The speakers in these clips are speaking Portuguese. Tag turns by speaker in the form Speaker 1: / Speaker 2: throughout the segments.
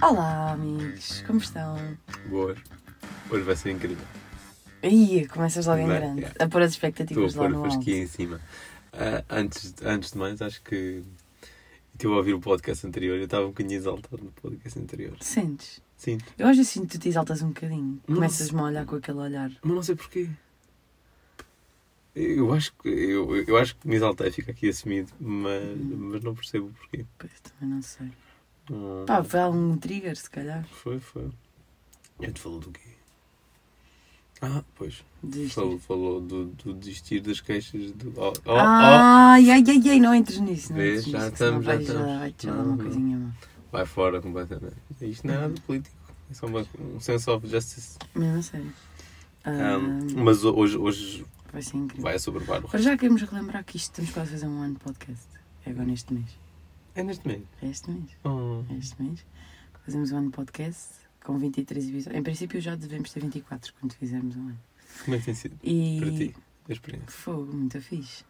Speaker 1: Olá, amigos, como estão?
Speaker 2: Boas. Hoje vai ser incrível.
Speaker 1: Aí, começas logo em
Speaker 2: Bem,
Speaker 1: grande,
Speaker 2: yeah.
Speaker 1: a pôr as
Speaker 2: Estou a
Speaker 1: expectativas lá
Speaker 2: pôr
Speaker 1: no
Speaker 2: a
Speaker 1: alto.
Speaker 2: fasquia em cima. Ah, antes, antes de mais, acho que estive a ouvir o podcast anterior. Eu estava um bocadinho exaltado no podcast anterior.
Speaker 1: Sentes?
Speaker 2: Sim,
Speaker 1: Eu às vezes sinto que tu te exaltas um bocadinho.
Speaker 2: Não
Speaker 1: Começas-me
Speaker 2: sei.
Speaker 1: a olhar com aquele olhar.
Speaker 2: mas não sei porquê. Eu acho que, eu, eu acho que me exaltei, fica aqui assumido, mas, mas não percebo o porquê.
Speaker 1: Pois, também não sei.
Speaker 2: Hum,
Speaker 1: Pá, foi algum trigger, se calhar.
Speaker 2: foi, foi. Eu te falo do quê? Ah, pois.
Speaker 1: Desistir.
Speaker 2: Falou, falou do, do desistir das queixas do. Oh, oh,
Speaker 1: Ah,
Speaker 2: oh.
Speaker 1: Ai, ai, ai, ai, não entres nisso. Não
Speaker 2: Vês?
Speaker 1: entres
Speaker 2: Já
Speaker 1: nisso, que
Speaker 2: estamos,
Speaker 1: senão
Speaker 2: já
Speaker 1: vais- ah,
Speaker 2: estamos. Uhum.
Speaker 1: Vai-te dar
Speaker 2: Não,
Speaker 1: uma
Speaker 2: não.
Speaker 1: coisinha, mano.
Speaker 2: Vai fora completamente. Isto não é nada político. É só uma- um sense of justice.
Speaker 1: Mas não sei. Ah,
Speaker 2: Um, mas ho- hoje, hoje
Speaker 1: Vai ser incrível.
Speaker 2: vai assoberbar o
Speaker 1: Para
Speaker 2: resto.
Speaker 1: já queremos relembrar que isto estamos quase a fazer um ano de podcast. É agora neste mês.
Speaker 2: É neste mês.
Speaker 1: É este mês.
Speaker 2: Oh.
Speaker 1: É este mês. Fazemos um ano de podcast com 23 episódios. Em princípio já devemos ter 24 quando fizermos um ano.
Speaker 2: Como é que tem sido para
Speaker 1: E
Speaker 2: ti a experiência?
Speaker 1: fogo, muito fixe.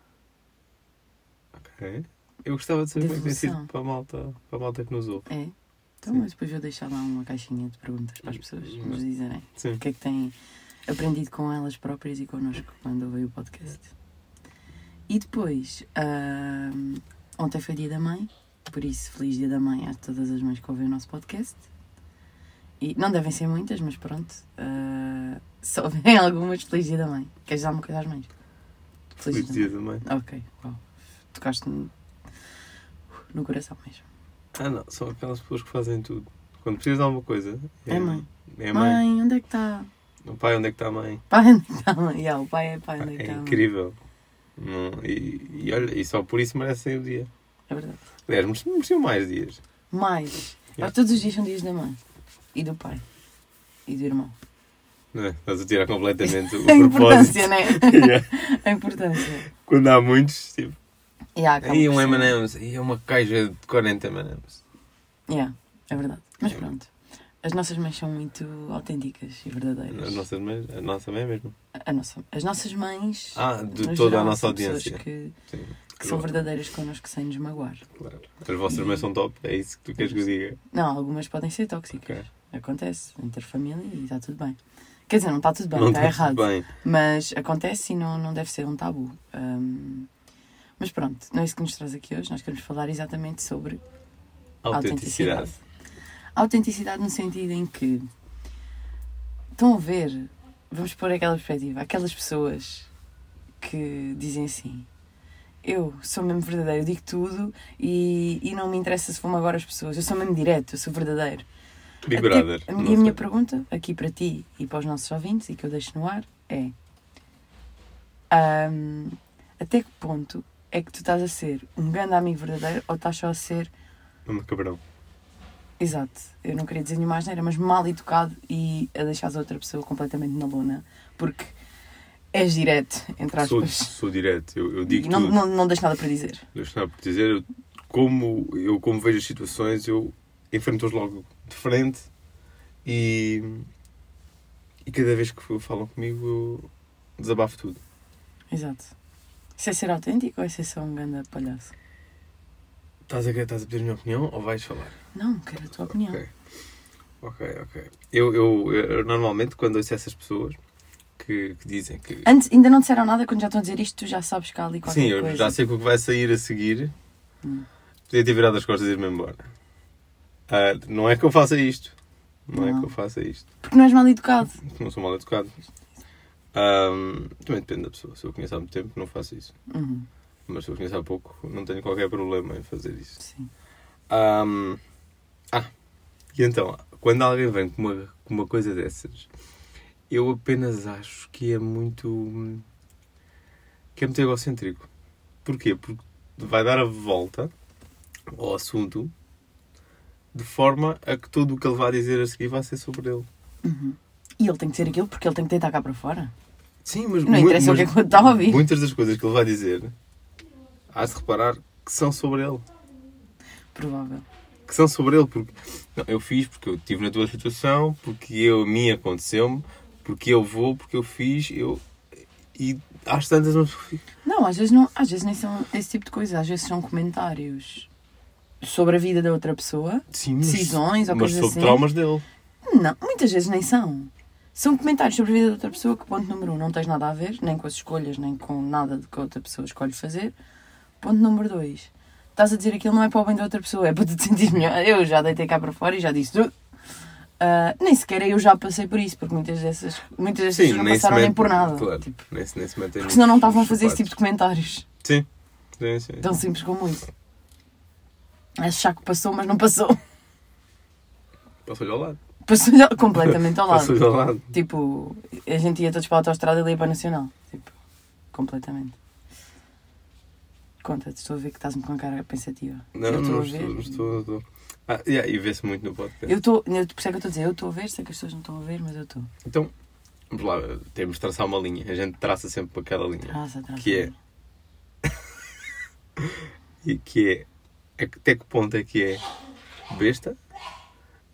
Speaker 2: Ok. Eu gostava de saber como é que tem
Speaker 1: Devolução.
Speaker 2: sido para a malta, para a malta que nos ouve.
Speaker 1: É? Então,
Speaker 2: Sim.
Speaker 1: mas depois vou deixar lá uma caixinha de perguntas para as pessoas
Speaker 2: Hum,
Speaker 1: nos dizerem
Speaker 2: Sim.
Speaker 1: o que é que têm aprendido com elas próprias e connosco quando ouvem o podcast. E depois, ahm, ontem foi dia da mãe, por isso, feliz dia da mãe a todas as mães que ouvem o nosso podcast. E não devem ser muitas, mas pronto, ah, se houverem algumas, feliz dia da mãe. Queres dar uma coisa às mães?
Speaker 2: Feliz dia da mãe.
Speaker 1: Ok, uau. Tocaste no, no coração mesmo.
Speaker 2: Ah, não. São aquelas pessoas que fazem tudo. Quando precisas de alguma coisa.
Speaker 1: É mãe.
Speaker 2: É mãe.
Speaker 1: mãe. onde é que está?
Speaker 2: O pai, onde é que está a mãe?
Speaker 1: Pai, onde é que está a mãe? Yeah, o pai é pai, onde é que
Speaker 2: É
Speaker 1: está a mãe?
Speaker 2: incrível. Não, e, e olha, e só por isso merecem o dia.
Speaker 1: É verdade.
Speaker 2: Aliás, mereciam- mereciam mais dias.
Speaker 1: Mais.
Speaker 2: Yeah.
Speaker 1: Ah, Todos os dias são dias da mãe. E do pai. E do irmão.
Speaker 2: Não é? Estás a tirar completamente o
Speaker 1: A importância,
Speaker 2: propósito.
Speaker 1: né?
Speaker 2: Yeah.
Speaker 1: A importância.
Speaker 2: Quando há muitos, tipo.
Speaker 1: E há acaba
Speaker 2: E
Speaker 1: por
Speaker 2: um
Speaker 1: ser-
Speaker 2: M&M's, e uma caixa de 40 M&M's.
Speaker 1: Yeah, é verdade. Mas pronto. As nossas mães são muito autênticas e verdadeiras.
Speaker 2: A nossa, mãe- a nossa mãe é mesmo.
Speaker 1: A nossa- as nossas mães.
Speaker 2: Ah, de
Speaker 1: no
Speaker 2: toda
Speaker 1: geral,
Speaker 2: a nossa
Speaker 1: são pessoas
Speaker 2: audiência.
Speaker 1: Que,
Speaker 2: Sim,
Speaker 1: que são
Speaker 2: claro,
Speaker 1: verdadeiras connosco sem nos magoar.
Speaker 2: claro. As vossas mães são top, é isso que tu queres que eu diga.
Speaker 1: Não, algumas podem ser tóxicas.
Speaker 2: Ok.
Speaker 1: Acontece, entre família e está tudo bem. Quer dizer, não está tudo bem,
Speaker 2: não
Speaker 1: está
Speaker 2: tá
Speaker 1: errado.
Speaker 2: tudo bem.
Speaker 1: Mas acontece e não, não deve ser um tabu. Hum, mas pronto, não é isso que nos traz aqui hoje. Nós queremos falar exatamente sobre
Speaker 2: Autenticidade.
Speaker 1: autenticidade. Autenticidade no sentido em que estão a ver, vamos pôr aquela perspectiva, aquelas pessoas que dizem assim. Eu sou mesmo verdadeiro, eu digo tudo e, e não me interessa se vão agora as pessoas. Eu sou mesmo direto, eu sou verdadeiro.
Speaker 2: Big
Speaker 1: Até-
Speaker 2: Brother.
Speaker 1: É tipo, a
Speaker 2: não
Speaker 1: minha, a minha
Speaker 2: sei.
Speaker 1: pergunta, aqui para ti e para os nossos ouvintes, e que eu deixo no ar, é: ahm, até que ponto é que tu estás a ser um grande amigo verdadeiro ou estás só a ser,
Speaker 2: Um cabrão.
Speaker 1: exato, eu não queria dizer nenhuma asneira, mas mal educado e a deixares a outra pessoa completamente na lona, porque és direto, entre
Speaker 2: Sou,
Speaker 1: aspas,
Speaker 2: sou direto, eu, eu
Speaker 1: e
Speaker 2: digo
Speaker 1: não,
Speaker 2: tudo.
Speaker 1: não, não deixo nada para dizer.
Speaker 2: Eu estava por dizer, eu, como, eu como vejo as situações, eu enfrento-as logo de frente e, e cada vez que falam comigo eu desabafo tudo.
Speaker 1: Exato. Isso é ser autêntico ou é ser só um grande palhaço?
Speaker 2: Estás a, querer- estás a pedir a minha opinião ou vais falar?
Speaker 1: Não, quero a tua opinião.
Speaker 2: Ok. Ok, ok. Eu, eu, eu normalmente quando ouço essas pessoas que, que dizem que.
Speaker 1: Antes, ainda não disseram nada, quando já estão a dizer isto, tu já sabes que há ali qualquer
Speaker 2: Sim,
Speaker 1: coisa.
Speaker 2: eu já sei que o que vai sair a seguir.
Speaker 1: Hum.
Speaker 2: Podia ter virado as costas e ir-me embora. Ah, não é que eu faça isto. Não, é
Speaker 1: Não.
Speaker 2: que eu faça isto.
Speaker 1: Porque não és mal educado.
Speaker 2: Não sou mal educado. Ahm, também depende da pessoa. Se eu conheço há muito tempo, não faço isso.
Speaker 1: Uhum,
Speaker 2: Mas se eu conheço há pouco, não tenho qualquer problema em fazer isso.
Speaker 1: sim.
Speaker 2: Ahm, ah, e então, quando alguém vem com uma, com uma coisa dessas, eu apenas acho que é muito. hum, que é muito egocêntrico. Porquê? Porque vai dar a volta ao assunto de forma a que tudo o que ele vai dizer a seguir vai ser sobre ele.
Speaker 1: Uhum. E ele tem que ser aquilo porque ele tem que tentar cá para fora.
Speaker 2: Sim, mas.
Speaker 1: Não
Speaker 2: mu-
Speaker 1: interessa o
Speaker 2: mas
Speaker 1: que é que eu estava a ouvir.
Speaker 2: Muitas das coisas que ele vai dizer, hás de reparar que são sobre ele.
Speaker 1: Provável.
Speaker 2: que são sobre ele, porque não, eu fiz porque eu estive na tua situação, porque eu, a mim aconteceu-me, porque eu vou, porque eu fiz, eu. E às tantas uma pessoa fica.
Speaker 1: Não, às vezes, não, às vezes nem são esse tipo de coisa, às vezes são comentários sobre a vida da outra pessoa,
Speaker 2: Sim, mas,
Speaker 1: decisões ou
Speaker 2: mas
Speaker 1: coisas
Speaker 2: sobre
Speaker 1: assim.
Speaker 2: traumas dele.
Speaker 1: Não, muitas vezes nem são. São comentários sobre a vida de outra pessoa que, ponto número um, não tens nada a ver, nem com as escolhas, nem com nada do que a outra pessoa escolhe fazer. Ponto número dois, estás a dizer aquilo não é para o bem da outra pessoa, é para te sentir melhor. Eu já deitei cá para fora e já disse tudo. Ah, nem sequer eu já passei por isso, porque muitas dessas, muitas dessas pessoas não
Speaker 2: nem se
Speaker 1: passaram nem
Speaker 2: mete-
Speaker 1: por nada.
Speaker 2: Claro,
Speaker 1: Tipo,
Speaker 2: nem se, nem se metem
Speaker 1: porque senão não
Speaker 2: nos-
Speaker 1: estavam a
Speaker 2: nos
Speaker 1: fazer esse Então, tipo
Speaker 2: sapatos.
Speaker 1: de comentários.
Speaker 2: Sim, sim, sim.
Speaker 1: Tão simples como isso. Achar que passou, mas não passou.
Speaker 2: Passou-lhe ao lado.
Speaker 1: Passou completamente ao lado.
Speaker 2: Passou-lhe ao lado.
Speaker 1: Tipo, a gente ia todos para a autostrada e ele ia para a Nacional. Tipo, completamente. Conta-te, estou a ver que estás-me com a cara pensativa.
Speaker 2: Não,
Speaker 1: eu
Speaker 2: não,
Speaker 1: a
Speaker 2: estou,
Speaker 1: ver.
Speaker 2: não estou, estou. Ah, yeah, e vê-se muito no podcast.
Speaker 1: Eu estou, eu- por isso é que eu estou a dizer, eu estou a ver, sei que as pessoas não estão a ver, mas eu estou.
Speaker 2: Então, vamos lá, temos de traçar uma linha. A gente traça sempre aquela linha.
Speaker 1: Traça, traça.
Speaker 2: Que é? E que é até que ponto é que é besta?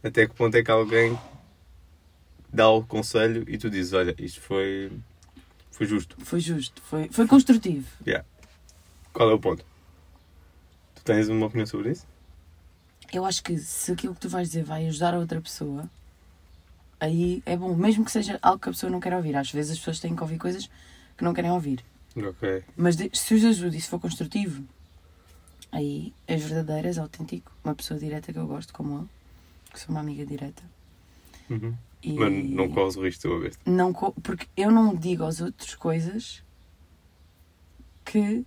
Speaker 2: Até que ponto é que alguém dá o conselho e tu dizes, olha, isto foi, foi justo.
Speaker 1: Foi justo, foi, foi construtivo.
Speaker 2: Qual é o ponto? Tu tens uma opinião sobre isso?
Speaker 1: Eu acho que se aquilo que tu vais dizer vai ajudar a outra pessoa, aí é bom, mesmo que seja algo que a pessoa não quer ouvir. Às vezes as pessoas têm que ouvir coisas que não querem ouvir.
Speaker 2: Ok.
Speaker 1: Mas de- se os ajuda e se for construtivo, aí és verdadeiro, és autêntico. Uma pessoa direta que eu gosto, como ele, que sou uma amiga direta.
Speaker 2: Uhum.
Speaker 1: E
Speaker 2: Mas não corres o risco de ser uma besta.
Speaker 1: não co- Porque eu não digo aos outros coisas que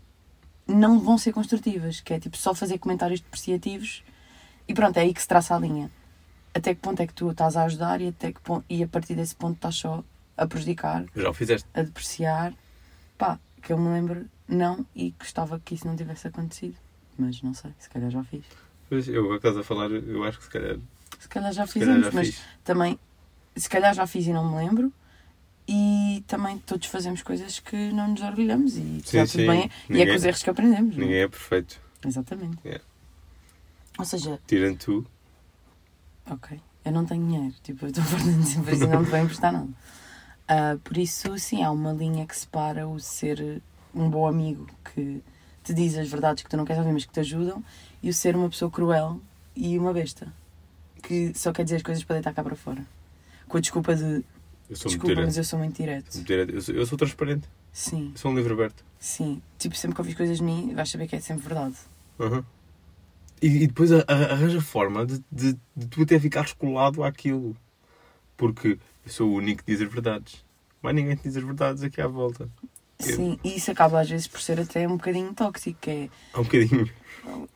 Speaker 1: não vão ser construtivas, que é tipo só fazer comentários depreciativos e pronto, é aí que se traça a linha. Até que ponto é que tu estás a ajudar e, até que ponto, e a partir desse ponto estás só a prejudicar
Speaker 2: Já o fizeste.
Speaker 1: a depreciar. Pá, que eu me lembro, não, e gostava que isso não tivesse acontecido. Mas não sei, se calhar já fiz.
Speaker 2: Pois, eu agora que estás a falar, eu acho que se calhar,
Speaker 1: Se calhar já
Speaker 2: se calhar
Speaker 1: fizemos,
Speaker 2: já
Speaker 1: mas
Speaker 2: fiz.
Speaker 1: também, se calhar já fiz e não me lembro. E também todos fazemos coisas que não nos orgulhamos e está
Speaker 2: Sim,
Speaker 1: tudo
Speaker 2: sim.
Speaker 1: bem. E é
Speaker 2: Ninguém-
Speaker 1: com os erros que aprendemos. não é?
Speaker 2: Ninguém é perfeito.
Speaker 1: Exatamente.
Speaker 2: Yeah.
Speaker 1: Ou seja,
Speaker 2: Tirando tu,
Speaker 1: Ok. Eu não tenho dinheiro. Tipo, eu estou perdendo sempre assim, não te vou emprestar nada. Ah, por isso, sim, há uma linha que separa o ser um bom amigo que te diz as verdades que tu não queres ouvir, mas que te ajudam, e o ser uma pessoa cruel e uma besta que só quer dizer as coisas para deitar cá para fora. Com a desculpa de
Speaker 2: eu sou muito
Speaker 1: desculpa,
Speaker 2: direto.
Speaker 1: mas eu sou muito direto.
Speaker 2: Muito direto. Eu sou, eu sou transparente.
Speaker 1: Sim,
Speaker 2: Eu sou um livro aberto.
Speaker 1: sim. Tipo, sempre que ouvis coisas de mim, vais saber que é sempre verdade.
Speaker 2: Aham. E, e depois a- a- arranja forma de, de- de tu até ficares colado àquilo. Porque eu sou o único que diz as verdades. Mas ninguém te diz as verdades aqui à volta. Eu-
Speaker 1: Sim, e isso acaba às vezes por ser até um bocadinho tóxico, que é
Speaker 2: Há um bocadinho.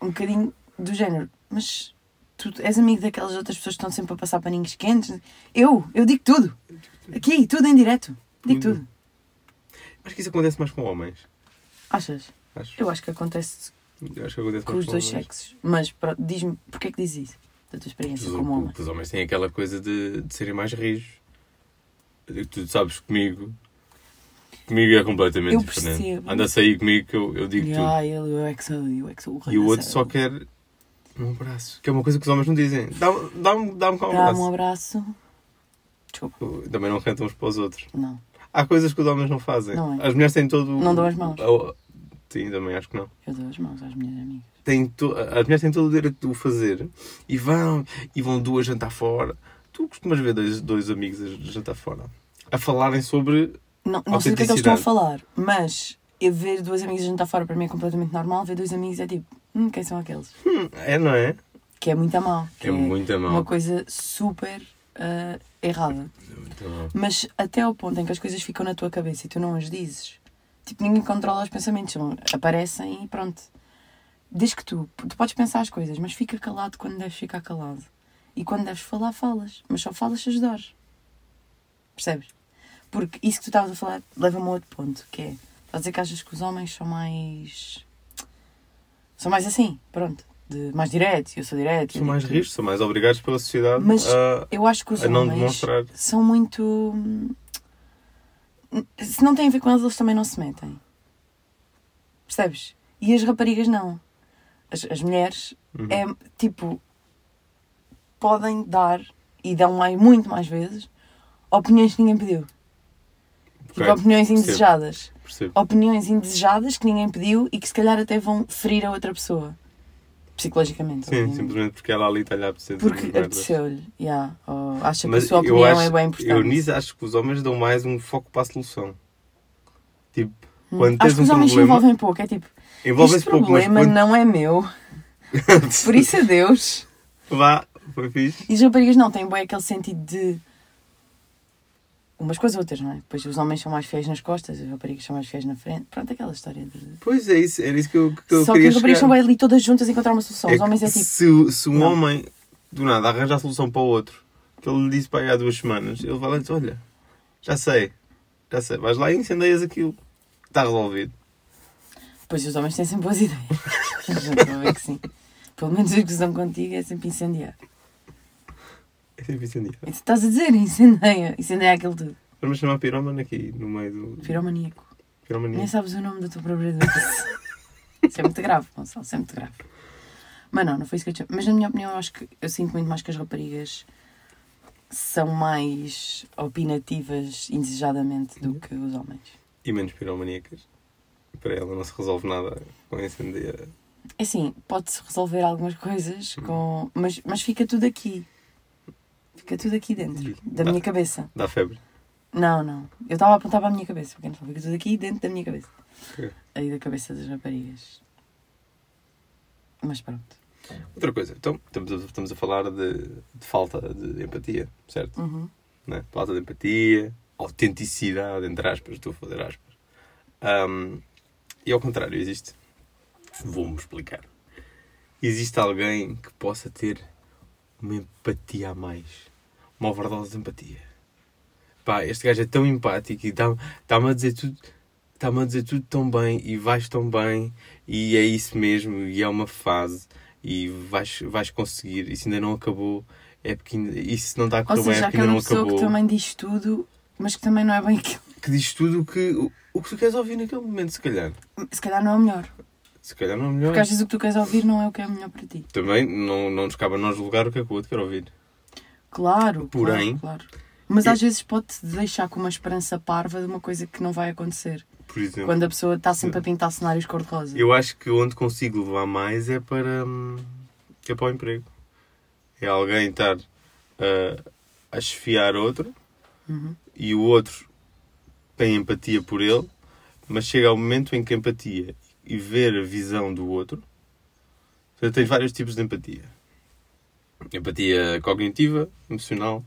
Speaker 1: um bocadinho do género, mas tu és amigo daquelas outras pessoas que estão sempre a passar paninhos quentes? Eu, eu digo tudo. Aqui, tudo em direto. Digo
Speaker 2: Tudo.
Speaker 1: tudo.
Speaker 2: Acho que isso acontece mais com homens.
Speaker 1: Achas?
Speaker 2: Acho,
Speaker 1: Eu acho que acontece
Speaker 2: eu acho que acontece
Speaker 1: com os
Speaker 2: mais com
Speaker 1: dois
Speaker 2: homens.
Speaker 1: sexos. Mas pro- diz-me, porquê é que diz isso? Da tua experiência
Speaker 2: Os,
Speaker 1: como homem.
Speaker 2: os homens têm aquela coisa de, de serem mais rijos. Tu sabes comigo. Comigo é completamente
Speaker 1: Eu
Speaker 2: diferente.
Speaker 1: percebo.
Speaker 2: Anda a sair comigo que eu, eu digo
Speaker 1: E,
Speaker 2: tudo.
Speaker 1: ah, ele, eu é que sou, eu é que sou o rei
Speaker 2: E o
Speaker 1: da
Speaker 2: outro só
Speaker 1: selva.
Speaker 2: quer um abraço. Que é uma coisa que os homens não dizem. Dá-me dá dá cá um
Speaker 1: Dá-me um
Speaker 2: abraço.
Speaker 1: abraço. Desculpa,
Speaker 2: Também não cantam uns para os outros.
Speaker 1: não.
Speaker 2: Há coisas que os homens não fazem.
Speaker 1: Não é.
Speaker 2: As mulheres têm todo. o-
Speaker 1: Não dão as mãos.
Speaker 2: o- Sim, também acho que não.
Speaker 1: Eu dou as mãos às minhas amigas.
Speaker 2: Têm to... As mulheres têm todo o direito de o fazer. E vão, e vão duas jantar fora. Tu costumas ver dois, dois amigos a jantar fora a falarem sobre.
Speaker 1: Não, não sei do que é que eles estão a
Speaker 2: Autenticidade.
Speaker 1: falar, mas eu ver duas amigas a jantar fora para mim é completamente normal. Ver dois amigos é tipo, hum, quem são aqueles?
Speaker 2: Hum, é, não é?
Speaker 1: que é muito a mal. Que
Speaker 2: É muita mal.
Speaker 1: Uma coisa super ah, errada.
Speaker 2: Muito mal.
Speaker 1: Mas até ao ponto em que as coisas ficam na tua cabeça e tu não as dizes, tipo, ninguém controla os pensamentos, são- aparecem e pronto. Desde que tu, tu podes pensar as coisas, mas fica calado quando deves ficar calado. E quando deves falar, falas. Mas só falas se ajudares. Percebes? Porque isso que tu estavas a falar leva-me a outro ponto, que é, estás a dizer que achas que os homens são mais... São mais assim, pronto. De, mais diretos, eu sou direto. eu
Speaker 2: São mais
Speaker 1: digo tudo.
Speaker 2: rígidos, são mais obrigados pela sociedade
Speaker 1: Mas-
Speaker 2: a,
Speaker 1: Eu acho que os
Speaker 2: a não
Speaker 1: homens
Speaker 2: demonstrar.
Speaker 1: são muito. hum, Se não tem a ver com eles, eles também não se metem. Percebes? E as raparigas não. As, as mulheres
Speaker 2: Uhum.
Speaker 1: é tipo. podem dar, e dão mais, muito mais vezes, opiniões que ninguém pediu. Tipo,
Speaker 2: Ok,
Speaker 1: opiniões
Speaker 2: percebo.
Speaker 1: indesejadas.
Speaker 2: Percebo.
Speaker 1: Opiniões indesejadas que ninguém pediu e que se calhar até vão ferir a outra pessoa. Psicologicamente.
Speaker 2: Sim,
Speaker 1: obviamente.
Speaker 2: simplesmente porque ela ali está-lhe a apetecer. dizer
Speaker 1: Uhum. Porque
Speaker 2: umas merdas.
Speaker 1: apeteceu-lhe. Yeah. Ou acha que
Speaker 2: Mas
Speaker 1: a sua
Speaker 2: eu
Speaker 1: opinião
Speaker 2: acho-
Speaker 1: é bem
Speaker 2: Eu
Speaker 1: importante.
Speaker 2: nisso acho que os homens dão mais um foco para a solução. Tipo,
Speaker 1: Hum.
Speaker 2: quando
Speaker 1: Acho
Speaker 2: tens
Speaker 1: que
Speaker 2: um
Speaker 1: os homens se
Speaker 2: problema-
Speaker 1: envolvem pouco. É tipo,
Speaker 2: envolvem-se
Speaker 1: este
Speaker 2: pouco, mas
Speaker 1: problema é
Speaker 2: quando
Speaker 1: não é meu. Por isso, adeus.
Speaker 2: vá, foi fixe.
Speaker 1: E as raparigas não têm bem aquele sentido de umas com as outras, não é? Pois os homens são mais fiéis nas costas, as raparigas são mais fiéis na frente. Pronto, aquela história de.
Speaker 2: Pois é, isso, era isso que eu, que eu
Speaker 1: Só que
Speaker 2: queria
Speaker 1: as raparigas são
Speaker 2: chegar.
Speaker 1: bem ali todas juntas a encontrar uma solução.
Speaker 2: É
Speaker 1: os
Speaker 2: que
Speaker 1: homens é tipo.
Speaker 2: se, se um
Speaker 1: não.
Speaker 2: homem do nada arranja a solução para o outro, que ele lhe disse para aí há duas semanas, ele vai lá e diz: Olha, já sei, já sei, vais lá e incendeias aquilo, está resolvido.
Speaker 1: Pois os homens têm sempre boas ideias. Já estou a ver que sim. Pelo menos a discussão contigo é sempre incendiar.
Speaker 2: É sempre incendiado.
Speaker 1: E tu estás a dizer, incendeia, incendeia aquilo tudo.
Speaker 2: Vamos chamar piromano aqui no meio do.
Speaker 1: Piromaníaco.
Speaker 2: Piromania.
Speaker 1: Nem sabes o nome da tua própria doença. isso é muito grave, Gonçalo, isso é muito grave. Mas não, não foi isso que eu tinha. Mas na minha opinião, eu acho que eu sinto muito mais que as raparigas são mais opinativas indesejadamente do que os homens.
Speaker 2: E menos piromaníacas. Para ela não se resolve nada com um incendiar.
Speaker 1: É Assim, pode-se resolver algumas coisas com. Mas, mas fica tudo aqui. Fica tudo aqui dentro, da minha cabeça.
Speaker 2: Dá febre.
Speaker 1: Não, não. Eu estava a apontar para a minha cabeça, porque não sabe, fica tudo aqui dentro da minha cabeça.
Speaker 2: Ok.
Speaker 1: Aí da cabeça das raparigas. Mas pronto.
Speaker 2: Outra coisa, então, estamos a, estamos a falar de, de falta de empatia, certo?
Speaker 1: Uhum.
Speaker 2: Né? Falta de empatia, autenticidade, entre aspas, estou a fazer aspas. Ahm, e ao contrário, existe. Vou-me explicar. Existe alguém que possa ter uma empatia a mais. Uma overdose de empatia. Pá, este gajo é tão empático e dá- dá-me a dizer tudo. Está-me a dizer tudo tão bem e vais tão bem e é isso mesmo e é uma fase e vais, vais conseguir. Isso ainda não acabou. É porque ainda, isso não está a
Speaker 1: Ou
Speaker 2: correr bem, é
Speaker 1: seja, há
Speaker 2: porque ainda
Speaker 1: aquela
Speaker 2: não
Speaker 1: pessoa
Speaker 2: acabou.
Speaker 1: que também diz tudo, mas que também não é bem aquilo.
Speaker 2: Que diz tudo o que, o, o que tu queres ouvir naquele momento, se calhar.
Speaker 1: Se calhar não é o melhor.
Speaker 2: Se calhar não é melhor.
Speaker 1: Porque às vezes o que tu queres ouvir não é o que é melhor para ti.
Speaker 2: Também não, não nos cabe a nós julgar o que é que o outro quer ouvir.
Speaker 1: Claro.
Speaker 2: Porém,
Speaker 1: Claro, claro. Mas
Speaker 2: eu-
Speaker 1: às vezes pode-te deixar com uma esperança parva de uma coisa que não vai acontecer.
Speaker 2: Por exemplo.
Speaker 1: Quando a pessoa está sempre a pintar cenários cor-de-rosa.
Speaker 2: Eu acho que onde consigo levar mais é para, hum, é para o emprego. É alguém estar ah, a esfiar outro
Speaker 1: Uhum.
Speaker 2: e o outro tem empatia por ele, mas chega ao momento em que a empatia e ver a visão do outro. Portanto, tens vários tipos de empatia: empatia cognitiva, emocional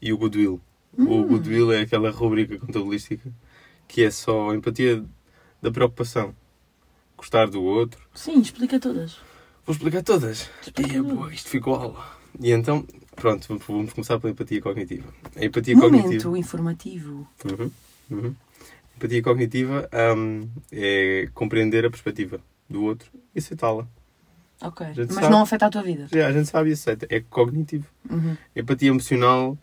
Speaker 2: e o goodwill. O goodwill é aquela rubrica contabilística que é só a empatia da preocupação, gostar do outro.
Speaker 1: Sim, explica todas.
Speaker 2: Vou explicar todas.
Speaker 1: Explica
Speaker 2: é,
Speaker 1: tudo.
Speaker 2: boa, isto ficou aula. E então, pronto, vamos- vamos começar pela empatia cognitiva. A empatia cognitiva.
Speaker 1: Momento informativo.
Speaker 2: Uhum, uhum. Empatia cognitiva hum, é compreender a perspectiva do outro e aceitá-la.
Speaker 1: Ok.
Speaker 2: gente
Speaker 1: Mas
Speaker 2: sabe.
Speaker 1: não afeta a tua vida.
Speaker 2: Já, a gente sabe e aceita. É cognitivo.
Speaker 1: Uhum.
Speaker 2: Empatia emocional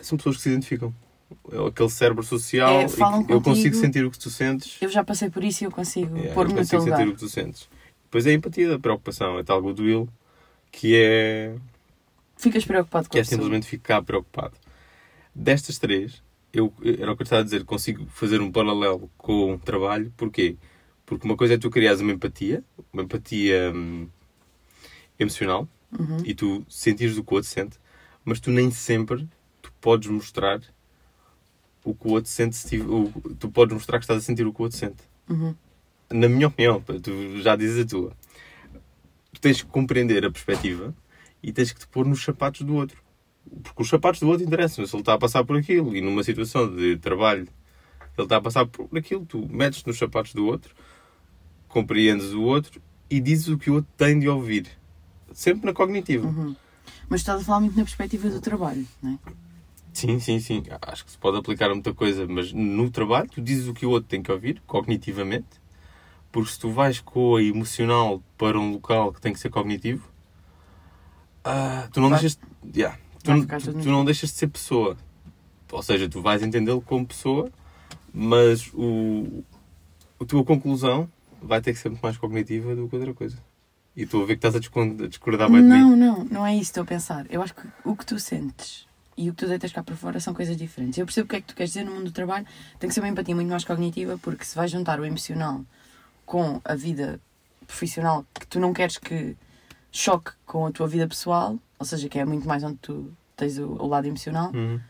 Speaker 2: são pessoas que se identificam. É aquele cérebro social.
Speaker 1: É,
Speaker 2: e que
Speaker 1: falam
Speaker 2: eu consigo
Speaker 1: contigo.
Speaker 2: sentir o que tu sentes.
Speaker 1: Eu já passei por isso e eu consigo
Speaker 2: Yeah,
Speaker 1: pôr-me
Speaker 2: É, eu
Speaker 1: no teu
Speaker 2: consigo
Speaker 1: lugar.
Speaker 2: sentir o que tu sentes. Depois é a empatia da preocupação, é tal goodwill, que é,
Speaker 1: Ficas preocupado com
Speaker 2: que é
Speaker 1: a pessoa.
Speaker 2: simplesmente ficar preocupado. Destas três, eu, era o que eu estava a dizer, consigo fazer um paralelo com o trabalho, porquê? Porque uma coisa é tu criares uma empatia, uma empatia hum, emocional,
Speaker 1: Uhum.
Speaker 2: e tu sentires o que o outro sente, mas tu nem sempre tu podes mostrar o que o outro sente, se tive- o- tu podes mostrar que estás a sentir o que o outro sente
Speaker 1: Uhum.
Speaker 2: na minha opinião, pá, tu já dizes a tua, tu tens que compreender a perspectiva e tens que te pôr nos sapatos do outro. Porque os sapatos do outro interessam. Se ele está a passar por aquilo e numa situação de trabalho ele está a passar por aquilo, tu metes nos sapatos do outro, compreendes o outro e dizes o que o outro tem de ouvir. Sempre na cognitiva.
Speaker 1: Mas estás a falar muito na perspectiva do trabalho, não é?
Speaker 2: Sim, sim, sim. Acho que se pode aplicar a muita coisa, mas no trabalho tu dizes o que o outro tem que ouvir, cognitivamente, porque se tu vais com a emocional para um local que tem que ser cognitivo, ah, tu não
Speaker 1: Vai-
Speaker 2: deixas. yeah,
Speaker 1: vai
Speaker 2: tu,
Speaker 1: ficar
Speaker 2: tu-
Speaker 1: tudo no
Speaker 2: tu não deixas de ser pessoa. Ou seja, tu vais entendê-lo como pessoa, mas o, a tua conclusão vai ter que ser muito mais cognitiva do que outra coisa. E estou a ver que estás a discon- a discordar Tá bem de mim.
Speaker 1: Não, não, não é isso que estou a pensar. Eu acho que o que tu sentes e o que tu deitas cá para fora são coisas diferentes. Eu percebo o que é que tu queres dizer no mundo do trabalho, tem que ser uma empatia muito mais cognitiva, porque se vais juntar o emocional com a vida profissional que tu não queres que choque com a tua vida pessoal, ou seja, que é muito mais onde tu tens o, o lado emocional,
Speaker 2: Uhum.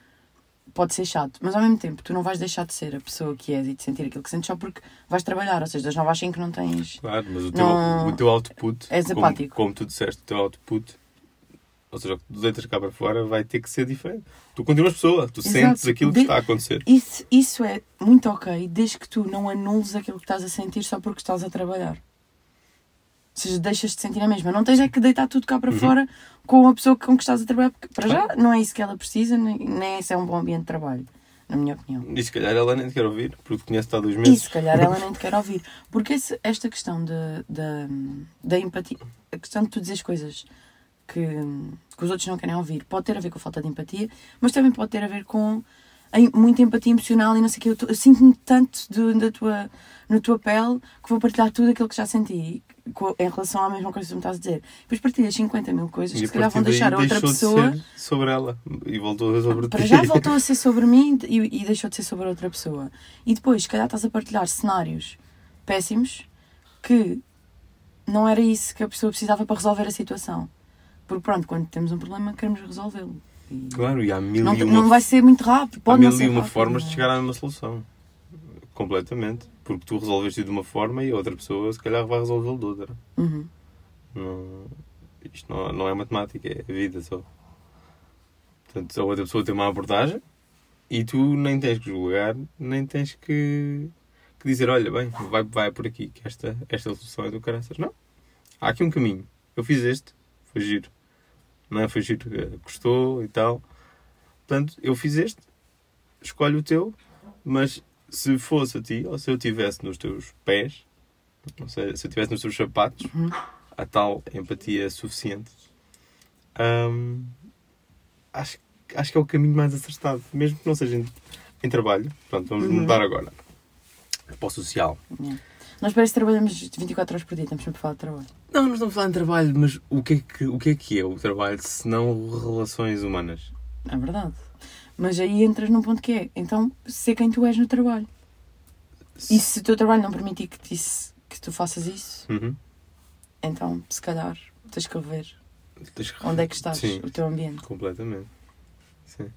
Speaker 1: pode ser chato, mas ao mesmo tempo tu não vais deixar de ser a pessoa que és e de sentir aquilo que sentes só porque vais trabalhar, ou seja, das novas 5 que não tens.
Speaker 2: Claro, mas o teu,
Speaker 1: Não.
Speaker 2: o teu output,
Speaker 1: És
Speaker 2: como,
Speaker 1: apático.
Speaker 2: como tu disseste, o teu output, ou seja, o que tu deitas cá para fora vai ter que ser diferente. Tu continuas pessoa, tu
Speaker 1: Exato.
Speaker 2: sentes aquilo que
Speaker 1: De-
Speaker 2: está a acontecer.
Speaker 1: Isso, isso é muito ok, desde que tu não anules aquilo que estás a sentir só porque estás a trabalhar. Ou seja, deixas de sentir a mesma. Não tens é que deitar tudo cá para fora com a pessoa com que estás a trabalhar, porque para já não é isso que ela precisa, nem, nem esse é um bom ambiente de trabalho, na minha opinião.
Speaker 2: E se calhar ela nem te quer ouvir, porque conhece-te há dois
Speaker 1: E
Speaker 2: meses.
Speaker 1: se calhar ela nem te quer ouvir. Porque esse- esta questão de- da da empatia, a questão de tu dizeres coisas que, que os outros não querem ouvir, pode ter a ver com a falta de empatia, mas também pode ter a ver com a em- muita empatia emocional e não sei o quê. Eu, tô- eu sinto-me tanto do- da tua, na tua pele que vou partilhar tudo aquilo que já senti co- em relação à mesma coisa que tu me estás a dizer. Depois partilhas 50 mil coisas que
Speaker 2: E
Speaker 1: se calhar vão
Speaker 2: partir daí
Speaker 1: deixar a outra
Speaker 2: deixou de
Speaker 1: pessoa. Ah,
Speaker 2: ser sobre ela e voltou a ser sobre
Speaker 1: Para
Speaker 2: ti.
Speaker 1: já voltou a ser sobre mim e, e deixou de ser sobre outra pessoa. E depois, se calhar, estás a partilhar cenários péssimos que não era isso que a pessoa precisava para resolver a situação. Porque, pronto, quando temos um problema, queremos resolvê-lo. E
Speaker 2: Claro, e há mil
Speaker 1: Não,
Speaker 2: e uma,
Speaker 1: não vai ser muito rápido,
Speaker 2: há
Speaker 1: pode
Speaker 2: mil
Speaker 1: não ser
Speaker 2: e uma
Speaker 1: rápido,
Speaker 2: formas de
Speaker 1: mas-
Speaker 2: chegar à mesma solução. Completamente. Porque tu resolveste de uma forma e a outra pessoa, se calhar, vai resolvê-lo de outra.
Speaker 1: Uhum.
Speaker 2: Não, isto não, não é matemática, é vida só. Portanto, a outra pessoa tem uma abordagem e tu nem tens que julgar, nem tens que, que dizer, olha, bem, vai, vai por aqui, que esta, esta solução é do caraças. Não. Há aqui um caminho. Eu fiz este, foi giro. Não é? Foi giro, eh, custou e tal. Portanto, eu fiz este, escolhe o teu, mas se fosse a ti, ou se eu estivesse nos teus pés, ou seja, se eu estivesse nos teus sapatos, a tal empatia suficiente, hum, acho, acho que é o caminho mais acertado, mesmo que não seja em, em trabalho. Pronto, vamos mudar agora para o social.
Speaker 1: Yeah. Nós parece que trabalhamos 24 horas por dia, estamos sempre a falar de trabalho.
Speaker 2: Não, nós estamos a falar em trabalho, mas o que, é que, o que é que é o trabalho se não relações humanas?
Speaker 1: É verdade. Mas aí entras num ponto que é, então, ser quem tu és no trabalho. E se o teu trabalho não permitir que, te isso- que tu faças isso,
Speaker 2: Uhum.
Speaker 1: Então, se calhar, tens que ver
Speaker 2: Tens que-
Speaker 1: onde é que estás,
Speaker 2: Sim,
Speaker 1: o teu ambiente.
Speaker 2: completamente. Sim.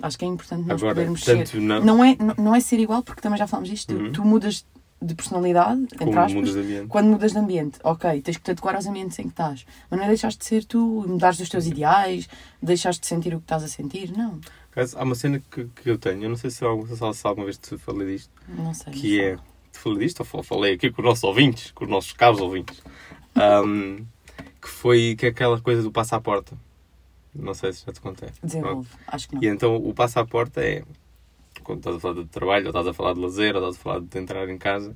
Speaker 1: Acho que é importante nós
Speaker 2: agora,
Speaker 1: podermos
Speaker 2: tanto
Speaker 1: ser.
Speaker 2: na,
Speaker 1: Não é, não- não é ser igual, porque também já falámos disto. tu-
Speaker 2: Uhum.
Speaker 1: Tu mudas de personalidade, entre
Speaker 2: como
Speaker 1: aspas.
Speaker 2: mudas de ambiente.
Speaker 1: Quando mudas de ambiente, ok, tens que te adequar aos ambientes em que estás. Mas não é deixares de ser tu, mudares os teus ideais, deixares de sentir o que estás a sentir. Não,
Speaker 2: Por acaso, Há uma cena que, que eu tenho, eu não sei se alguma, se alguma vez te falei disto,
Speaker 1: não sei.
Speaker 2: que
Speaker 1: não
Speaker 2: é.
Speaker 1: sei.
Speaker 2: Te falei disto ou fa- falei aqui com os nossos ouvintes, com os nossos caros ouvintes, Ahm, que foi que é aquela coisa do passaporte. Não sei se já te contei.
Speaker 1: Desenvolve, acho que não.
Speaker 2: E então o passaporte é quando estás a falar de trabalho, ou estás a falar de lazer, ou estás a falar de entrar em casa,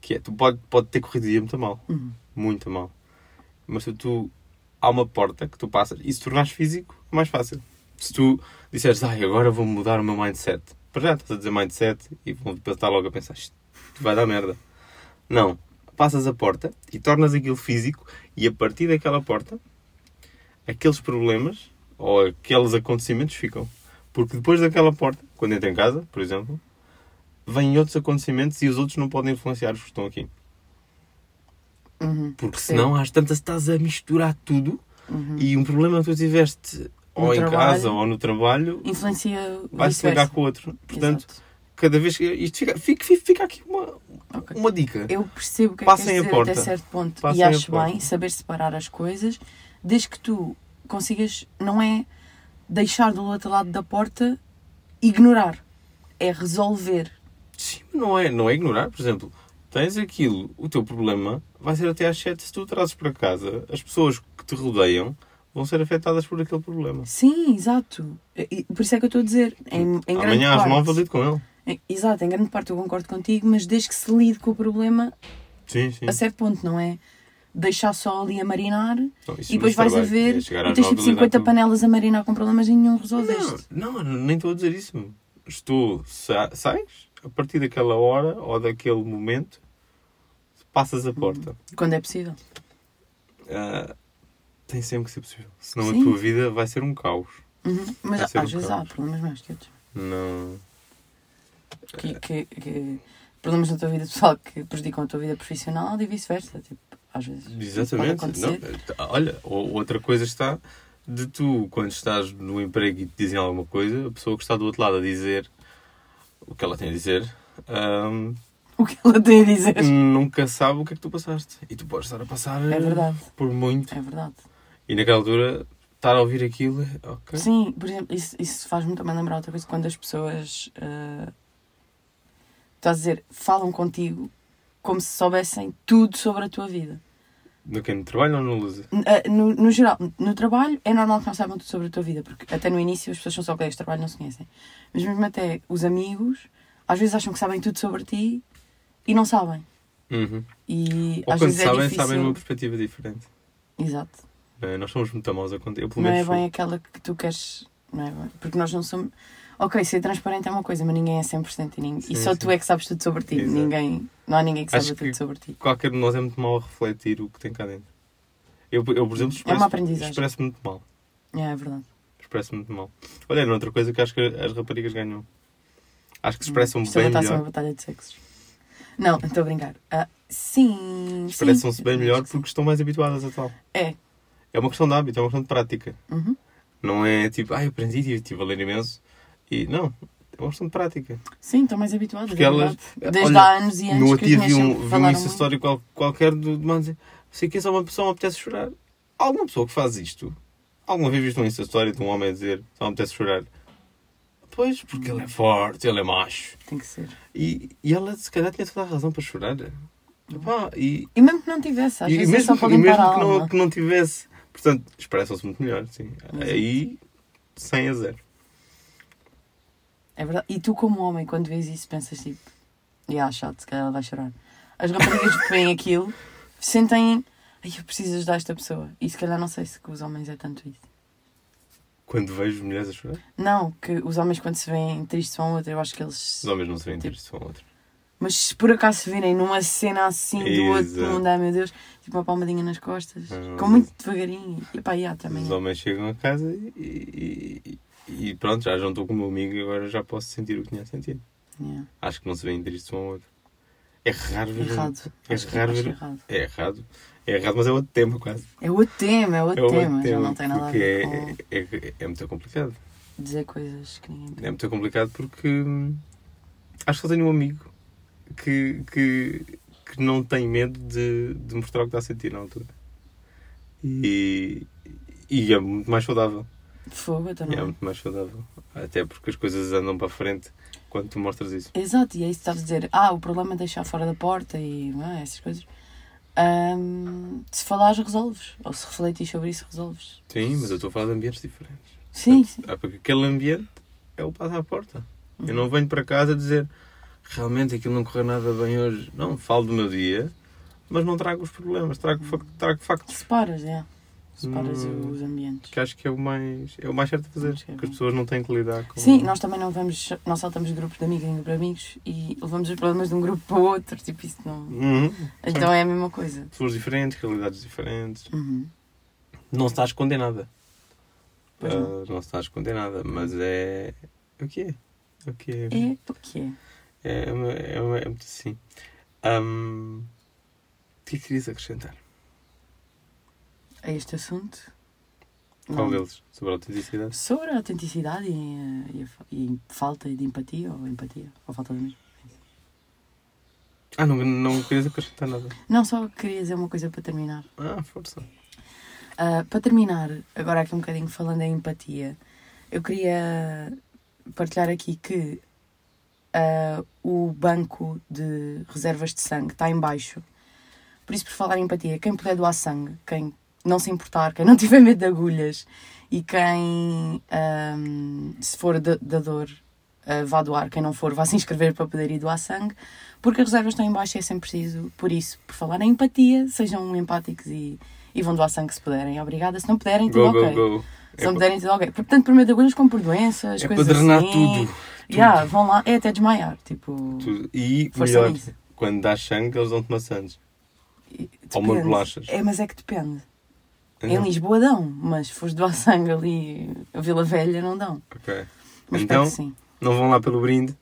Speaker 2: que é tu pode, pode ter corrido o dia muito a mal,
Speaker 1: Uhum.
Speaker 2: muito a mal. Mas se tu há uma porta que tu passas e se tornares físico, é mais fácil. Se tu disseres, ai, agora vou mudar o meu mindset, para já estás a dizer mindset e vão estar logo a pensar, isto vai dar merda. Não, passas a porta e tornas aquilo físico e a partir daquela porta aqueles problemas ou aqueles acontecimentos ficam. Porque depois daquela porta, quando entra em casa, por exemplo, vêm outros acontecimentos e os outros não podem influenciar os que estão aqui. é-
Speaker 1: Uhum,
Speaker 2: Porque
Speaker 1: percebo.
Speaker 2: senão, às tantas, estás a misturar tudo
Speaker 1: Uhum.
Speaker 2: e um problema que tu tiveste
Speaker 1: No
Speaker 2: ou em
Speaker 1: trabalho.
Speaker 2: casa ou no trabalho
Speaker 1: Influencia o
Speaker 2: vai-se ligar
Speaker 1: vice-versa.
Speaker 2: com o outro. Portanto,
Speaker 1: Exato.
Speaker 2: cada vez que. Isto fica, fica, fica aqui uma,
Speaker 1: Ok.
Speaker 2: uma dica.
Speaker 1: Eu percebo o que
Speaker 2: Passem
Speaker 1: é
Speaker 2: a
Speaker 1: que queres dizer
Speaker 2: porta.
Speaker 1: até certo ponto
Speaker 2: Passem
Speaker 1: e
Speaker 2: a
Speaker 1: acho
Speaker 2: porta.
Speaker 1: bem saber separar as coisas, desde que tu consigas, não é deixar do outro lado da porta ignorar, é resolver.
Speaker 2: Sim, mas não é, não é ignorar. Por exemplo, tens aquilo, o teu problema vai ser até às 7. Se tu o trazes para casa, as pessoas que te rodeiam vão ser afetadas por aquele problema.
Speaker 1: Sim, exato. E- e por isso é que eu estou a dizer, em, em grande
Speaker 2: Amanhã às
Speaker 1: parte,
Speaker 2: 9 eu lido com ele.
Speaker 1: em- Exato, em grande parte eu concordo contigo, mas desde que se lide com o problema
Speaker 2: Sim, sim.
Speaker 1: a certo ponto, não é? Deixar só ali a marinar
Speaker 2: Não, Então, isso
Speaker 1: e depois
Speaker 2: não
Speaker 1: vais a
Speaker 2: trabalho.
Speaker 1: ver
Speaker 2: É chegar
Speaker 1: e
Speaker 2: às
Speaker 1: tens
Speaker 2: nove
Speaker 1: tipo
Speaker 2: e lidar
Speaker 1: 50
Speaker 2: com-
Speaker 1: panelas a marinar com problemas e nenhum resolveste.
Speaker 2: Não, não, nem estou a dizer isso. Estou, sa- sais, a partir daquela hora ou daquele momento, passas a porta.
Speaker 1: Quando é possível.
Speaker 2: ah, tem sempre que ser possível. Senão
Speaker 1: Sim.
Speaker 2: a tua vida vai ser um caos.
Speaker 1: Uhum. Mas
Speaker 2: Vai ser
Speaker 1: às
Speaker 2: um
Speaker 1: vezes
Speaker 2: caos.
Speaker 1: há problemas mais que outros.
Speaker 2: Não. É.
Speaker 1: Que, que, que- problemas na tua vida pessoal que prejudicam a tua vida profissional e vice-versa. Tipo, às vezes.
Speaker 2: Exatamente.
Speaker 1: Pode
Speaker 2: Não,
Speaker 1: acontecer.
Speaker 2: olha, ou- outra coisa está de tu, quando estás no emprego e te dizem alguma coisa, a pessoa que está do outro lado a dizer o que ela tem a dizer, ah, ahm,
Speaker 1: O que ela tem a dizer.
Speaker 2: Hum. nunca sabe o que é que tu passaste. E tu podes estar a passar eh,
Speaker 1: É verdade,
Speaker 2: por muito.
Speaker 1: é verdade.
Speaker 2: E naquela altura, estar a ouvir aquilo, é, ok.
Speaker 1: Sim, por exemplo, isso, isso faz-me também lembrar outra coisa quando as pessoas. ah, estás a dizer, falam contigo como se soubessem tudo sobre a tua vida.
Speaker 2: No que no trabalho ou no Lusa?
Speaker 1: N- ah, No, no geral, no trabalho, é normal que não saibam tudo sobre a tua vida, porque até no início as pessoas são só colegas de trabalho não se conhecem. Mas mesmo até os amigos, às vezes acham que sabem tudo sobre ti e não sabem.
Speaker 2: Uhum.
Speaker 1: E
Speaker 2: Ou
Speaker 1: às
Speaker 2: quando
Speaker 1: vezes é
Speaker 2: sabem,
Speaker 1: difícil.
Speaker 2: sabem numa perspectiva diferente.
Speaker 1: Exato.
Speaker 2: Não é? Nós somos muito maus a contar. Eu, pelo
Speaker 1: não é
Speaker 2: menos, sou.
Speaker 1: bem aquela que tu queres. Não é bem. Porque nós não somos. Ok, ser transparente é uma coisa, mas ninguém é 100% e, ninguém...
Speaker 2: Sim,
Speaker 1: e só
Speaker 2: sim.
Speaker 1: tu é que sabes tudo sobre ti.
Speaker 2: Exato.
Speaker 1: Ninguém... Não há ninguém que saiba
Speaker 2: Acho
Speaker 1: tudo
Speaker 2: que-
Speaker 1: sobre ti.
Speaker 2: qualquer de nós é muito mal a refletir o que tem cá dentro. Eu, eu por exemplo,
Speaker 1: É uma
Speaker 2: expresso,
Speaker 1: aprendizagem.
Speaker 2: expresso muito mal.
Speaker 1: É, é verdade.
Speaker 2: Expresso muito mal. Olha, era outra coisa que acho que as raparigas ganham. Acho que se expressam
Speaker 1: Isto
Speaker 2: bem
Speaker 1: agora está tá a ser
Speaker 2: melhor.
Speaker 1: uma batalha de sexos. Não, estou a brincar. Ah, sim.
Speaker 2: Expressam-se
Speaker 1: sim.
Speaker 2: um bem melhor
Speaker 1: Acho que sim.
Speaker 2: porque estão mais habituadas a tal.
Speaker 1: É.
Speaker 2: É uma questão de hábito, é uma questão de prática.
Speaker 1: Uhum.
Speaker 2: Não é tipo, ah, eu aprendi e estive a ler imenso. E não, é uma questão de prática.
Speaker 1: Sim, estão mais habituadas.
Speaker 2: Porque
Speaker 1: é
Speaker 2: elas-
Speaker 1: verdade. Desde
Speaker 2: olha,
Speaker 1: há anos e anos.
Speaker 2: No
Speaker 1: que
Speaker 2: outro
Speaker 1: as
Speaker 2: dia
Speaker 1: mulheres
Speaker 2: vi um,
Speaker 1: sempre
Speaker 2: vi um
Speaker 1: falaram
Speaker 2: Insta
Speaker 1: muito.
Speaker 2: Story qual- qualquer do de mano dizer, sei que é só uma pessoa me apetece chorar. Há Alguma pessoa que faz isto? Alguma vez viste um Insta Story de um homem a dizer só me apetece chorar? Pois, porque ele é forte, ele é macho.
Speaker 1: Tem que ser.
Speaker 2: E, e ela se calhar tinha toda a razão para chorar. Epá, e,
Speaker 1: E mesmo que não tivesse, às
Speaker 2: e
Speaker 1: vezes é
Speaker 2: mesmo,
Speaker 1: só para
Speaker 2: e
Speaker 1: limpar a
Speaker 2: mesmo que,
Speaker 1: alma.
Speaker 2: não, que não tivesse. Portanto, expressam-se muito melhor, sim.
Speaker 1: Exato.
Speaker 2: Aí, 100 a 0.
Speaker 1: É verdade. E tu, como homem, quando vês isso, pensas tipo, e yeah, chato, se calhar ela vai chorar. As raparigas que veem aquilo sentem, ai, eu preciso ajudar esta pessoa. E se calhar não sei se que os homens é tanto isso.
Speaker 2: Quando vejo mulheres a chorar,
Speaker 1: Não, que os homens, quando se veem tristes, são outra. Eu acho que eles.
Speaker 2: os homens não se veem tristes um ao outro.
Speaker 1: Mas se por acaso se virem numa cena assim do outro
Speaker 2: Exato.
Speaker 1: mundo, ai meu Deus, tipo uma palmadinha nas costas,
Speaker 2: Ah,
Speaker 1: com muito devagarinho. E pá, yeah, também.
Speaker 2: Os
Speaker 1: é.
Speaker 2: homens chegam a casa e, e- e- e pronto, já juntou com o meu amigo e agora já posso sentir o que tinha sentido.
Speaker 1: Yeah.
Speaker 2: Acho que não se vêem tristes um ao outro. É raro ver.
Speaker 1: Errado.
Speaker 2: É
Speaker 1: Acho que,
Speaker 2: raro
Speaker 1: acho que é
Speaker 2: ver.
Speaker 1: errado.
Speaker 2: É errado. É errado, mas é outro tema quase.
Speaker 1: É outro tema, é outro,
Speaker 2: é outro
Speaker 1: tema. Já não tem nada a
Speaker 2: porque
Speaker 1: ver
Speaker 2: é,
Speaker 1: com
Speaker 2: é, é- é muito complicado.
Speaker 1: dizer coisas que ninguém.
Speaker 2: É muito complicado porque hum, acho que só tenho um amigo que, que, que não tem medo de, de mostrar o que está a sentir na altura. E, e é muito mais saudável.
Speaker 1: Fogo, então não
Speaker 2: É
Speaker 1: é.
Speaker 2: muito mais saudável. Até porque as coisas andam para a frente quando tu mostras isso.
Speaker 1: Exato, e é isso que estavas a dizer. Ah, o problema é deixar fora da porta e não é, essas coisas. Ahm, se falares, resolves. Ou se refletir sobre isso, resolves.
Speaker 2: Sim, mas eu estou a falar de ambientes diferentes.
Speaker 1: Sim, sim.
Speaker 2: É porque aquele ambiente é o passo à porta. Eu não venho para casa dizer realmente aquilo não correu nada bem hoje. Não, falo do meu dia, mas não trago os problemas, trago, fac- trago factos.
Speaker 1: Separas, é. Separas
Speaker 2: Hum.
Speaker 1: os ambientes.
Speaker 2: Que acho que é o mais, é o mais certo a fazer.
Speaker 1: Acho que é
Speaker 2: Que as
Speaker 1: bom.
Speaker 2: pessoas não têm que lidar com.
Speaker 1: Sim, nós também não vamos, não saltamos de grupos de amigos em grupo de amigos e levamos os problemas de um grupo para o outro. Tipo, isso não.
Speaker 2: Uhum.
Speaker 1: Então é a mesma coisa.
Speaker 2: Pessoas diferentes, realidades diferentes.
Speaker 1: Uhum.
Speaker 2: Não se está a esconder nada.
Speaker 1: Pois
Speaker 2: Ah,
Speaker 1: não.
Speaker 2: não. se está a esconder nada, mas é. O que é? O que é?
Speaker 1: É o que é.
Speaker 2: É, uma- é, uma- é muito assim. Ahm, o que é que querias acrescentar?
Speaker 1: A É este assunto.
Speaker 2: Qual
Speaker 1: não.
Speaker 2: deles? Sobre a autenticidade?
Speaker 1: Sobre a autenticidade e, a- e a fa- e falta de empatia ou empatia, ou falta de mesmo.
Speaker 2: Ah, não, não querias acrescentar nada.
Speaker 1: Não, só queria dizer uma coisa para terminar.
Speaker 2: Ah, força.
Speaker 1: Ah, para terminar, agora aqui um bocadinho falando em empatia, eu queria partilhar aqui que ah, o banco de reservas de sangue está em baixo. Por isso, por falar em empatia, quem puder doar sangue, quem não se importar, quem não tiver medo de agulhas e quem, ahm, se for da- dador, ah, vá doar. Quem não for, vá se inscrever para poder ir doar sangue, porque as reservas estão em baixo e é sempre preciso. Por isso, por falar em empatia, sejam empáticos e, e vão doar sangue se puderem. Obrigada. Se não puderem, tudo
Speaker 2: Go,
Speaker 1: Então, ok.
Speaker 2: go, go.
Speaker 1: Se não
Speaker 2: É, pa-
Speaker 1: puderem, tudo ok. Porque tanto por medo de agulhas como por doenças,
Speaker 2: é para
Speaker 1: coisas
Speaker 2: drenar
Speaker 1: assim.
Speaker 2: tudo,
Speaker 1: Yeah, vão lá, é até desmaiar. Tipo,
Speaker 2: tudo. E
Speaker 1: Força
Speaker 2: melhor,
Speaker 1: nisso.
Speaker 2: quando dás sangue, eles dão-te maçãs.
Speaker 1: e-
Speaker 2: Ou umas
Speaker 1: depende.
Speaker 2: bolachas. Uhum.
Speaker 1: É, mas é que depende. Em
Speaker 2: Não.
Speaker 1: Lisboa dão, mas se fores doar sangue ali, a Vila Velha não dão.
Speaker 2: Ok.
Speaker 1: Mas espero
Speaker 2: Então?
Speaker 1: que sim.
Speaker 2: Não vão lá pelo brinde?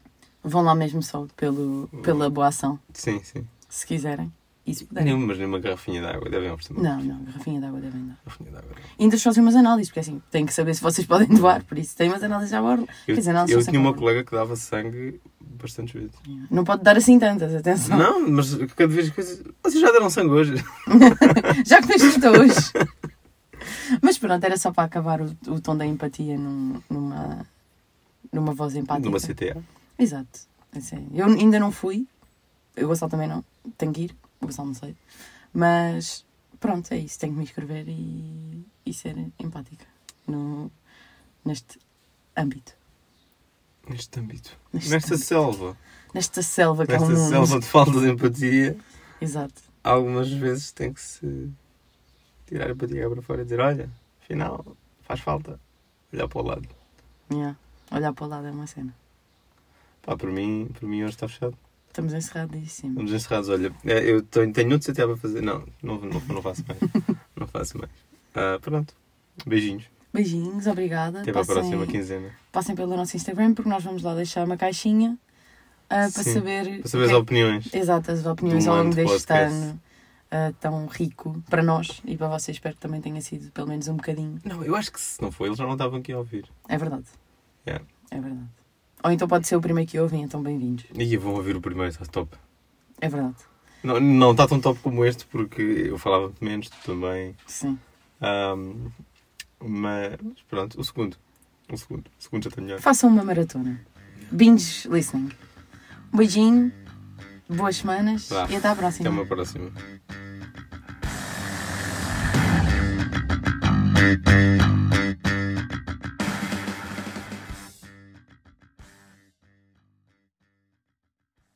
Speaker 1: Vão lá mesmo só pelo, pela boa ação,
Speaker 2: Sim, sim.
Speaker 1: se quiserem. E se puderem.
Speaker 2: Nenhuma, mas nenhuma garrafinha de água. Devem oferecer uma
Speaker 1: Não, não, garrafinha de água devem dar.
Speaker 2: garrafinha de água.
Speaker 1: Ainda eles fazem umas análises, porque assim, têm que saber se vocês podem doar, por isso têm umas análises à borla.
Speaker 2: Eu,
Speaker 1: Quer dizer, não,
Speaker 2: eu
Speaker 1: são
Speaker 2: tinha uma
Speaker 1: sempre-
Speaker 2: colega que dava sangue bastantes vezes.
Speaker 1: Não pode dar assim tantas, atenção.
Speaker 2: Não, mas cada vez que vocês já deram sangue hoje.
Speaker 1: Já comeste isto hoje. Mas pronto, era só para acabar o, o tom da empatia num- numa, numa voz empática.
Speaker 2: Numa CTA.
Speaker 1: Exato. É sério. Eu ainda não fui. O Gonçalo também não. Tenho que ir. O Gonçalo não sei. Mas pronto, é isso. Tenho que me inscrever e, e ser empática no, neste âmbito.
Speaker 2: Neste âmbito.
Speaker 1: Neste
Speaker 2: Nesta
Speaker 1: âmbito.
Speaker 2: selva.
Speaker 1: Nesta selva que é o
Speaker 2: Nesta
Speaker 1: mundo.
Speaker 2: selva de falta de empatia.
Speaker 1: Exato.
Speaker 2: algumas vezes tem que se tirar a patiga para fora e dizer, olha, afinal, faz falta olhar para o lado.
Speaker 1: Yeah. Olhar para o lado é uma cena.
Speaker 2: Pá, para mim, para mim hoje está fechado.
Speaker 1: Estamos encerradíssimos.
Speaker 2: Estamos encerrados, olha, é, eu tenho, tenho outro CTA para fazer. Não, não, não, não faço mais. não faço mais. Ah, pronto. Beijinhos.
Speaker 1: Beijinhos, obrigada.
Speaker 2: Até para a próxima quinzena.
Speaker 1: passem pelo nosso Instagram porque nós vamos lá deixar uma caixinha ah, para
Speaker 2: Sim,
Speaker 1: saber.
Speaker 2: Para saber as
Speaker 1: quem-
Speaker 2: opiniões.
Speaker 1: Exato, as opiniões
Speaker 2: do
Speaker 1: ao
Speaker 2: ano
Speaker 1: longo
Speaker 2: de
Speaker 1: deste
Speaker 2: podcast.
Speaker 1: ano ah, tão rico para nós e para vocês. Espero que também tenha sido pelo menos um bocadinho.
Speaker 2: Não, eu acho que se não foi, eles já não estavam aqui a ouvir.
Speaker 1: É verdade.
Speaker 2: Yeah.
Speaker 1: É verdade. Ou então pode ser o primeiro que ouvem, então bem-vindos.
Speaker 2: E vão ouvir o primeiro, está top.
Speaker 1: É verdade.
Speaker 2: Não, não está tão top como este, porque eu falava menos tu também.
Speaker 1: Sim.
Speaker 2: Ahm, mas pronto, o segundo. O segundo. O segundo já está melhor.
Speaker 1: Façam uma maratona. Binge listening. Um Beijinho, boas semanas
Speaker 2: Vá.
Speaker 1: e até à próxima.
Speaker 2: Até uma próxima.